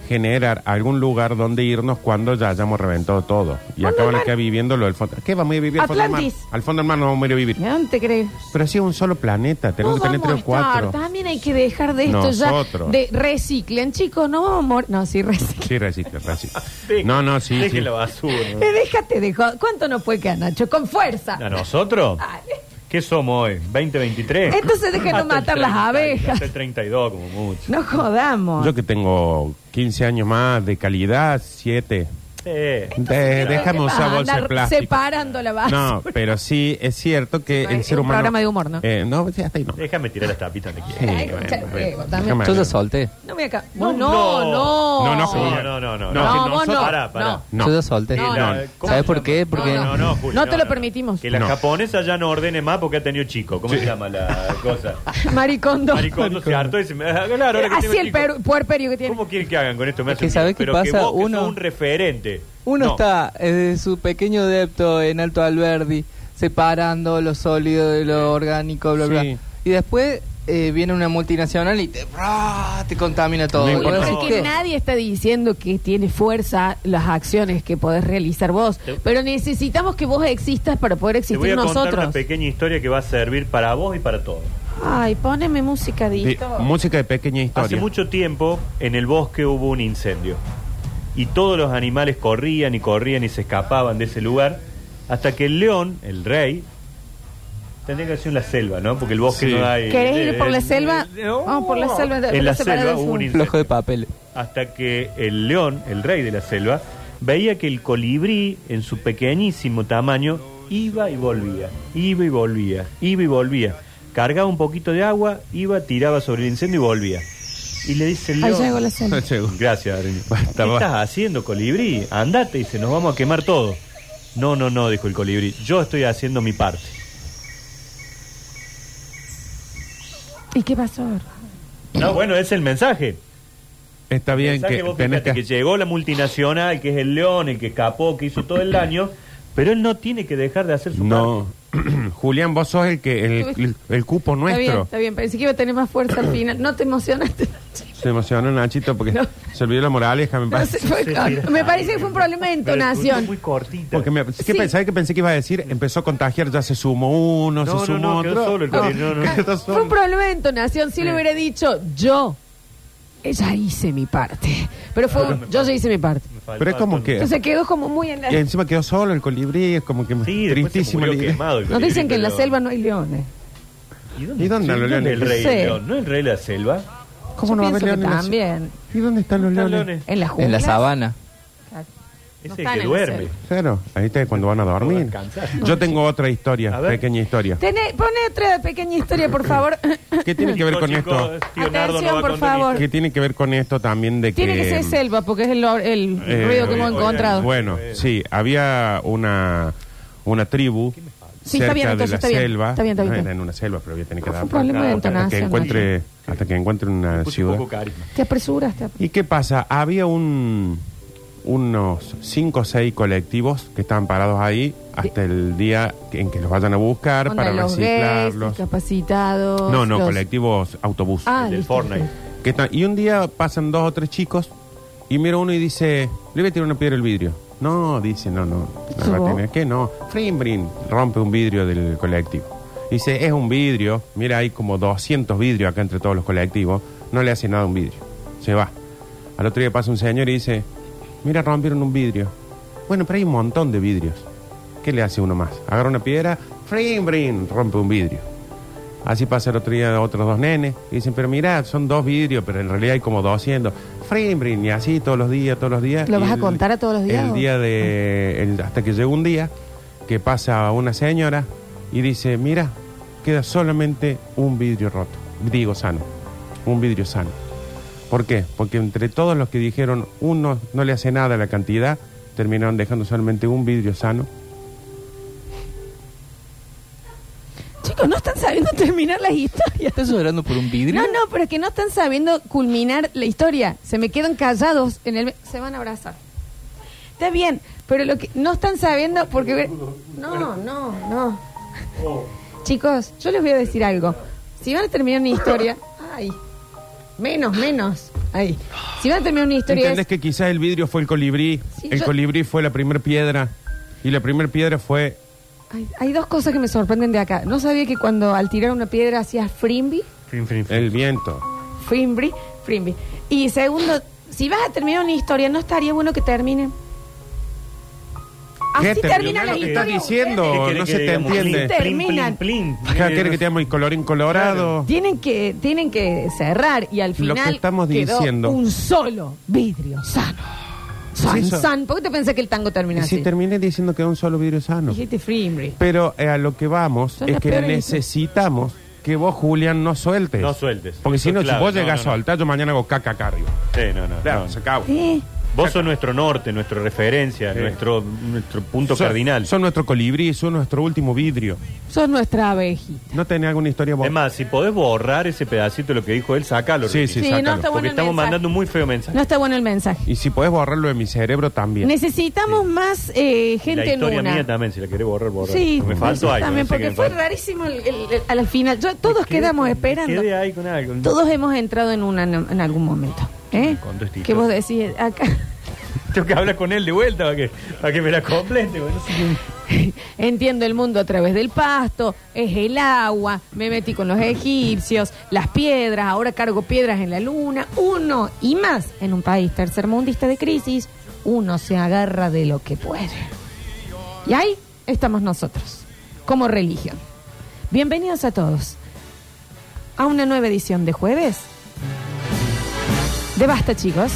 [SPEAKER 4] generar algún lugar donde irnos cuando ya hayamos reventado todo. Y
[SPEAKER 2] Fondo
[SPEAKER 4] acá
[SPEAKER 2] del
[SPEAKER 4] van a
[SPEAKER 2] mar.
[SPEAKER 4] quedar viviendo lo del fondo. ¿Qué vamos a ir a vivir al fondo del mar?
[SPEAKER 2] Atlantis.
[SPEAKER 4] Al fondo del mar no vamos a ir a vivir.
[SPEAKER 2] ¿Y a dónde te crees?
[SPEAKER 4] Pero sí es un solo planeta, tenemos
[SPEAKER 2] No
[SPEAKER 4] que tener
[SPEAKER 2] vamos a
[SPEAKER 4] tres o cuatro.
[SPEAKER 2] estar. También hay que dejar de esto
[SPEAKER 4] Nosotros.
[SPEAKER 2] ya. De reciclen, chicos. No vamos a morir. No, sí, reciclen.
[SPEAKER 4] Sí, resiste, resiste.
[SPEAKER 3] Deje-
[SPEAKER 4] No, no, sí,
[SPEAKER 3] deje
[SPEAKER 4] sí.
[SPEAKER 3] la basura.
[SPEAKER 2] Eh, [LAUGHS] Déjate de joder. ¿Cuánto nos puede quedar, Nacho? Con fuerza.
[SPEAKER 3] ¿A nosotros?
[SPEAKER 2] Dale.
[SPEAKER 3] ¿Qué somos hoy? ¿2023?
[SPEAKER 2] Entonces déjenos
[SPEAKER 3] Hasta
[SPEAKER 2] matar
[SPEAKER 3] el
[SPEAKER 2] las
[SPEAKER 3] 30,
[SPEAKER 2] abejas.
[SPEAKER 3] Hasta el 32 como mucho.
[SPEAKER 2] No jodamos.
[SPEAKER 4] Yo que tengo 15 años más de calidad, 7.
[SPEAKER 3] Eh,
[SPEAKER 4] déjame
[SPEAKER 2] ¿Qué vas
[SPEAKER 4] usar
[SPEAKER 2] a
[SPEAKER 4] bolsa de
[SPEAKER 2] andar
[SPEAKER 4] plástico.
[SPEAKER 2] Separando la base.
[SPEAKER 4] No, pero sí es cierto que
[SPEAKER 2] No,
[SPEAKER 4] el
[SPEAKER 2] es
[SPEAKER 4] ser
[SPEAKER 2] un
[SPEAKER 4] humano.
[SPEAKER 2] programa de humor, ¿no?
[SPEAKER 4] Eh, no, sí, hasta ahí no. Sí,
[SPEAKER 3] déjame tirar las tapitas donde quieras.
[SPEAKER 2] [LAUGHS] Ay,
[SPEAKER 4] eh, bueno,
[SPEAKER 2] escucha,
[SPEAKER 4] bueno,
[SPEAKER 2] Diego, también.
[SPEAKER 4] déjame
[SPEAKER 5] Yo
[SPEAKER 4] hablar.
[SPEAKER 5] te solté.
[SPEAKER 2] No me acá. No,
[SPEAKER 3] No,
[SPEAKER 2] no, no.
[SPEAKER 3] no.
[SPEAKER 4] No, no,
[SPEAKER 3] No,
[SPEAKER 4] Julia.
[SPEAKER 3] no, no,
[SPEAKER 4] No,
[SPEAKER 3] no. no,
[SPEAKER 2] vos
[SPEAKER 3] nosotros-
[SPEAKER 2] no.
[SPEAKER 3] Pará, pará.
[SPEAKER 2] No.
[SPEAKER 4] No.
[SPEAKER 5] Yo te solté.
[SPEAKER 2] No, no.
[SPEAKER 3] La- ¿cómo
[SPEAKER 5] ¿Sabes
[SPEAKER 3] se
[SPEAKER 5] por
[SPEAKER 3] llama?
[SPEAKER 5] qué? Porque
[SPEAKER 3] No, no, no, Juli,
[SPEAKER 2] No te lo permitimos.
[SPEAKER 3] Que la
[SPEAKER 4] No.
[SPEAKER 3] japonesa ya no ordene más porque ha tenido chico. ¿Cómo se llama
[SPEAKER 5] [LAUGHS]
[SPEAKER 3] la cosa?
[SPEAKER 2] [LAUGHS] Maricondo.
[SPEAKER 3] Maricondo se hartó y se me... ah, Claro, ahora que
[SPEAKER 2] [LAUGHS] Así
[SPEAKER 3] tengo
[SPEAKER 2] el
[SPEAKER 3] chico.
[SPEAKER 2] peru- puerperio que tiene.
[SPEAKER 3] ¿Cómo quieren que hagan con esto? Me
[SPEAKER 5] Es que
[SPEAKER 3] hacen
[SPEAKER 5] ¿sabés
[SPEAKER 3] bien,
[SPEAKER 5] qué
[SPEAKER 3] pero que
[SPEAKER 5] pasa?
[SPEAKER 3] vos, que
[SPEAKER 5] Uno-
[SPEAKER 3] sos un referente.
[SPEAKER 5] Uno
[SPEAKER 3] No.
[SPEAKER 5] está desde su pequeño depto en Alto Alberdi, separando lo sólido de lo orgánico, bla, bla.
[SPEAKER 4] Sí.
[SPEAKER 5] Y después eh, viene una multinacional y te, ¡bra! te contamina todo.
[SPEAKER 4] No
[SPEAKER 5] Y
[SPEAKER 4] importa.
[SPEAKER 5] vos
[SPEAKER 2] Porque
[SPEAKER 5] decís, ¿qué?
[SPEAKER 2] nadie está diciendo que tiene fuerza las acciones que podés realizar vos. Pero necesitamos que vos existas para poder
[SPEAKER 3] Te voy
[SPEAKER 2] existir
[SPEAKER 3] a contar una
[SPEAKER 2] nosotros.
[SPEAKER 3] pequeña historia que va a servir para vos y para todos.
[SPEAKER 2] Ay, poneme música
[SPEAKER 4] Di-
[SPEAKER 2] disco.
[SPEAKER 4] música de pequeña
[SPEAKER 3] Hace
[SPEAKER 4] historia.
[SPEAKER 3] mucho tiempo en el bosque hubo un incendio y todos los animales corrían y corrían y se escapaban de ese lugar hasta que el león, el rey, tendría que haber sido en la selva, ¿no? Porque el bosque
[SPEAKER 4] Sí.
[SPEAKER 3] no hay.
[SPEAKER 2] ¿Querés ir por la
[SPEAKER 3] Eh,
[SPEAKER 2] selva?
[SPEAKER 3] eh, no.
[SPEAKER 2] Vamos por la selva.
[SPEAKER 3] En
[SPEAKER 2] separada
[SPEAKER 3] la selva
[SPEAKER 2] del
[SPEAKER 3] hubo un
[SPEAKER 2] sur.
[SPEAKER 3] incendio.
[SPEAKER 5] Flojo de papel.
[SPEAKER 3] hasta que el león, el rey de la selva, veía que el colibrí, en su pequeñísimo tamaño, iba y volvía, iba y volvía, iba y volvía. Cargaba un poquito de agua, iba, tiraba sobre el incendio y volvía. Y le dice el
[SPEAKER 2] Ahí
[SPEAKER 3] león...
[SPEAKER 2] llegó la selva.
[SPEAKER 4] [LAUGHS] Llegó.
[SPEAKER 3] Gracias, Adrián.
[SPEAKER 4] Basta,
[SPEAKER 3] ¿Qué
[SPEAKER 4] basta.
[SPEAKER 3] estás haciendo, colibrí? Andate, dice, nos vamos a quemar todo. No, no, no, dijo el colibrí. Yo estoy haciendo mi parte.
[SPEAKER 2] ¿Y qué pasó?
[SPEAKER 3] No, bueno, ese es el mensaje.
[SPEAKER 4] Está bien
[SPEAKER 3] Mensaje,
[SPEAKER 4] que
[SPEAKER 3] vos
[SPEAKER 4] tenés
[SPEAKER 3] fíjate
[SPEAKER 4] que.
[SPEAKER 3] que llegó la multinacional, que es el león, el que escapó, que hizo todo el daño, pero él no tiene que dejar de hacer su
[SPEAKER 4] No. [CLEARS THROAT] Julián, vos sos el que el, el- el cupo
[SPEAKER 2] Está bien,
[SPEAKER 4] nuestro.
[SPEAKER 2] está bien. Pensé que iba a tener más fuerza al final. No te emocionaste.
[SPEAKER 4] Se emocionó Nachito porque
[SPEAKER 2] No.
[SPEAKER 4] se olvidó la moraleja, me
[SPEAKER 2] No
[SPEAKER 4] parece.
[SPEAKER 2] se fue
[SPEAKER 3] Sí,
[SPEAKER 2] con-
[SPEAKER 3] mira.
[SPEAKER 2] me parece que fue un problema de
[SPEAKER 3] parte. Pero estuvo
[SPEAKER 2] entonación.
[SPEAKER 3] Muy cortita.
[SPEAKER 4] Porque me, ¿qué
[SPEAKER 2] Sí.
[SPEAKER 4] pe- ¿sabes qué pensé que iba a decir? Empezó a contagiar, ya se sumó uno,
[SPEAKER 3] No,
[SPEAKER 4] se
[SPEAKER 3] no,
[SPEAKER 4] sumó
[SPEAKER 3] no,
[SPEAKER 4] otro.
[SPEAKER 3] quedó solo el colibrí, no,
[SPEAKER 4] [LAUGHS]
[SPEAKER 3] no.
[SPEAKER 4] Quedó
[SPEAKER 2] Fue
[SPEAKER 4] solo.
[SPEAKER 2] un problema de entonación. Si le hubiera dicho yo, ella hice mi parte. Pero fue un, yo ya hice mi parte.
[SPEAKER 3] Me faltó
[SPEAKER 4] Pero es como
[SPEAKER 3] bastante.
[SPEAKER 4] que-
[SPEAKER 2] Entonces quedó como muy en la.
[SPEAKER 4] Y encima quedó solo el colibrí, es como que
[SPEAKER 3] Sí, después se
[SPEAKER 4] tristísimo.
[SPEAKER 3] murió
[SPEAKER 4] la idea.
[SPEAKER 3] quemado el
[SPEAKER 2] Nos dicen
[SPEAKER 3] colibrí,
[SPEAKER 2] que en la
[SPEAKER 3] pero-
[SPEAKER 2] selva no hay leones.
[SPEAKER 3] ¿Y dónde,
[SPEAKER 4] ¿Y dónde
[SPEAKER 3] sí,
[SPEAKER 4] los leones?
[SPEAKER 3] el rey
[SPEAKER 2] Sí.
[SPEAKER 3] león? ¿No el rey de la selva?
[SPEAKER 2] ¿Cómo no va a haber
[SPEAKER 4] leones en la
[SPEAKER 2] También.
[SPEAKER 4] ciudad? ¿Y dónde están los
[SPEAKER 3] ¿Dónde están
[SPEAKER 4] leones?
[SPEAKER 3] leones?
[SPEAKER 2] En la
[SPEAKER 5] En la
[SPEAKER 2] jungla.
[SPEAKER 5] sabana.
[SPEAKER 2] No
[SPEAKER 3] Ese
[SPEAKER 2] están
[SPEAKER 3] que
[SPEAKER 2] en
[SPEAKER 3] duerme.
[SPEAKER 2] el
[SPEAKER 4] Claro, ahí está cuando van a dormir.
[SPEAKER 3] descansar.
[SPEAKER 4] Yo tengo otra
[SPEAKER 3] A
[SPEAKER 4] historia,
[SPEAKER 3] ver.
[SPEAKER 4] pequeña historia.
[SPEAKER 2] Tené- pone otra pequeña historia, por favor.
[SPEAKER 4] ¿Qué tiene que ver
[SPEAKER 3] Chicos,
[SPEAKER 4] con esto?
[SPEAKER 3] chicos, tío Nardo no va
[SPEAKER 2] Atención,
[SPEAKER 3] a
[SPEAKER 2] por
[SPEAKER 3] contar
[SPEAKER 2] favor.
[SPEAKER 4] ¿Qué tiene que ver con esto también de que...
[SPEAKER 2] Tiene que ser selva porque es el, or- el
[SPEAKER 4] eh,
[SPEAKER 2] ruido que hemos
[SPEAKER 4] eh,
[SPEAKER 2] encontrado.
[SPEAKER 4] Bueno, sí, había una, una tribu
[SPEAKER 2] Sí,
[SPEAKER 4] cerca
[SPEAKER 2] está bien, entonces,
[SPEAKER 4] de la
[SPEAKER 2] está bien.
[SPEAKER 4] selva.
[SPEAKER 2] Está bien, está bien,
[SPEAKER 4] No
[SPEAKER 2] está
[SPEAKER 4] era
[SPEAKER 2] bien.
[SPEAKER 4] en una selva, pero había tenido que
[SPEAKER 2] Fue
[SPEAKER 4] dar
[SPEAKER 2] un problema de
[SPEAKER 4] hasta que
[SPEAKER 2] entonación,
[SPEAKER 4] encuentre Hasta que encuentre una
[SPEAKER 3] Puse un
[SPEAKER 4] ciudad.
[SPEAKER 3] poco carisma.
[SPEAKER 2] Te apresuras, te apresuras.
[SPEAKER 4] ¿Y qué pasa? Había un, unos 5 o 6 colectivos que estaban parados ahí hasta el día en que los vayan a buscar
[SPEAKER 2] Onda,
[SPEAKER 4] para
[SPEAKER 2] los gays,
[SPEAKER 4] reciclarlos.
[SPEAKER 2] discapacitados.
[SPEAKER 4] No, no,
[SPEAKER 2] los-
[SPEAKER 4] colectivos, autobús.
[SPEAKER 2] Ah,
[SPEAKER 3] del
[SPEAKER 2] listo,
[SPEAKER 3] Fortnite.
[SPEAKER 2] listo.
[SPEAKER 4] Que están- y un día pasan dos o tres chicos y mira uno y dice, le voy a tirar una piedra al vidrio. No, dice, no, no. no
[SPEAKER 2] ¿Subo?
[SPEAKER 4] va a tener- ¿Qué no? Frimbrin rompe un vidrio del colectivo. Dice, es un vidrio. Mira, hay como 200 vidrios acá entre todos los colectivos. No le hace nada a un vidrio. Se va. Al otro día pasa un señor y dice, mira, rompieron un vidrio. Bueno, pero hay un montón de vidrios. ¿Qué le hace uno más? Agarra una piedra, frimbrin, rompe un vidrio. Así pasa el otro día otros dos nenes. Y dicen, pero mirá, son dos vidrios, pero en realidad hay como 200. Frimbrin, y así todos los días, todos los días.
[SPEAKER 2] ¿Lo
[SPEAKER 4] Y
[SPEAKER 2] vas a contar a todos los días,
[SPEAKER 4] El
[SPEAKER 2] o? Ah.
[SPEAKER 4] día de... el- hasta que llega un día que pasa una señora y dice, mira, queda solamente un vidrio roto. Digo, sano. Un vidrio sano. ¿Por qué? Porque entre todos los que dijeron, uno no le hace nada a la cantidad, terminaron dejando solamente un vidrio sano.
[SPEAKER 2] Chicos, no están sabiendo [LAUGHS] terminar las historias.
[SPEAKER 5] ¿Estás llorando por un vidrio?
[SPEAKER 2] No, no, pero es que no están sabiendo culminar la historia. Se me quedan callados en el... Se van a abrazar. Está bien, pero lo que no están sabiendo porque... No, no, no. Chicos, yo les voy a decir algo. Si van a terminar una historia... Ay, menos, menos. Ahí. Si van a terminar una historia...
[SPEAKER 4] ¿Entendés
[SPEAKER 2] Es...
[SPEAKER 4] que quizás el vidrio fue el colibrí?
[SPEAKER 2] Sí,
[SPEAKER 4] el
[SPEAKER 2] yo-
[SPEAKER 4] colibrí fue la primera piedra. Y la primera piedra fue.
[SPEAKER 2] Ay, hay dos cosas que me sorprenden de acá. No sabía que cuando al tirar una piedra hacías frisbee.
[SPEAKER 3] Frin, frin, frin.
[SPEAKER 4] El viento.
[SPEAKER 2] Frimbi, Frimbi. Y segundo, si vas a terminar una historia, no estaría bueno que terminen.
[SPEAKER 4] ¿Qué
[SPEAKER 2] Así
[SPEAKER 4] terminó?
[SPEAKER 2] termina la
[SPEAKER 4] ¿Qué
[SPEAKER 2] historia.
[SPEAKER 4] estás diciendo?
[SPEAKER 3] ¿Qué
[SPEAKER 4] No
[SPEAKER 3] quiere
[SPEAKER 4] se
[SPEAKER 3] que
[SPEAKER 4] te
[SPEAKER 3] digamos? Plin,
[SPEAKER 4] entiende.
[SPEAKER 3] plin, plin,
[SPEAKER 2] Terminan.
[SPEAKER 3] plin.
[SPEAKER 4] Acá quiere que te amo el colorín colorado.
[SPEAKER 2] Tienen que, tienen que cerrar y al final
[SPEAKER 4] Lo que estamos
[SPEAKER 2] quedó
[SPEAKER 4] diciendo.
[SPEAKER 2] un solo vidrio sano. San,
[SPEAKER 4] Sí, eso-
[SPEAKER 2] san. ¿Por qué te pensás que el tango termina
[SPEAKER 4] Y si
[SPEAKER 2] así?
[SPEAKER 4] terminé diciendo que era un solo vidrio sano.
[SPEAKER 2] Dijiste Frimbi.
[SPEAKER 4] Pero eh, a lo que vamos
[SPEAKER 2] Son
[SPEAKER 4] es
[SPEAKER 2] las
[SPEAKER 4] que
[SPEAKER 2] peores
[SPEAKER 4] necesitamos que vos, Julián, no sueltes.
[SPEAKER 3] No sueltes.
[SPEAKER 4] Porque si
[SPEAKER 3] Eso
[SPEAKER 4] no,
[SPEAKER 3] es clave.
[SPEAKER 4] si vos
[SPEAKER 3] No,
[SPEAKER 4] llegás
[SPEAKER 3] no, no.
[SPEAKER 4] a soltar, yo mañana hago caca acá arriba.
[SPEAKER 3] Sí, no, no,
[SPEAKER 4] Claro,
[SPEAKER 3] no.
[SPEAKER 4] se acabó.
[SPEAKER 2] ¿Eh?
[SPEAKER 3] Vos sos nuestro norte, nuestra referencia,
[SPEAKER 4] Sí.
[SPEAKER 3] nuestro, nuestro punto
[SPEAKER 4] Son-
[SPEAKER 3] cardinal.
[SPEAKER 4] Son nuestro colibrí, son nuestro último vidrio.
[SPEAKER 2] Sos nuestra abejita.
[SPEAKER 4] ¿No tenés alguna historia vos?
[SPEAKER 3] es más, si podés borrar ese pedacito de lo que dijo él, sacalo.
[SPEAKER 4] Sí,
[SPEAKER 3] Ricky.
[SPEAKER 4] sí, sácalo.
[SPEAKER 2] no está
[SPEAKER 3] Porque
[SPEAKER 2] bueno el
[SPEAKER 3] estamos
[SPEAKER 2] mensaje.
[SPEAKER 3] mandando un muy feo mensaje.
[SPEAKER 2] No está bueno el mensaje.
[SPEAKER 4] Y si podés borrarlo de mi cerebro también.
[SPEAKER 2] Necesitamos más eh,
[SPEAKER 3] Y la
[SPEAKER 2] gente en
[SPEAKER 3] historia
[SPEAKER 2] una.
[SPEAKER 3] mía también, si la querés borrar, borrar.
[SPEAKER 2] Sí,
[SPEAKER 3] me faltó algo.
[SPEAKER 2] también,
[SPEAKER 3] no sé qué
[SPEAKER 2] porque
[SPEAKER 3] me
[SPEAKER 2] fue
[SPEAKER 3] faltó.
[SPEAKER 2] rarísimo el- el- el- al final. Yo- todos
[SPEAKER 3] Quedé
[SPEAKER 2] quedamos
[SPEAKER 3] con-
[SPEAKER 2] esperando.
[SPEAKER 3] Quedé ahí con algo.
[SPEAKER 2] Todos hemos entrado en una en algún momento. ¿eh?
[SPEAKER 3] Con dos títulos.
[SPEAKER 2] Que vos decís acá.
[SPEAKER 3] Tengo que hablar con él de vuelta para que, para que me la complete. güey, no sé qué.
[SPEAKER 2] Entiendo el mundo a través del pasto, es el agua, me metí con los egipcios, las piedras, ahora cargo piedras en la luna. Uno, y más, en un país tercermundista de crisis, uno se agarra de lo que puede. Y ahí estamos nosotros, como religión. Bienvenidos a todos a una nueva edición de jueves. De basta, chicos.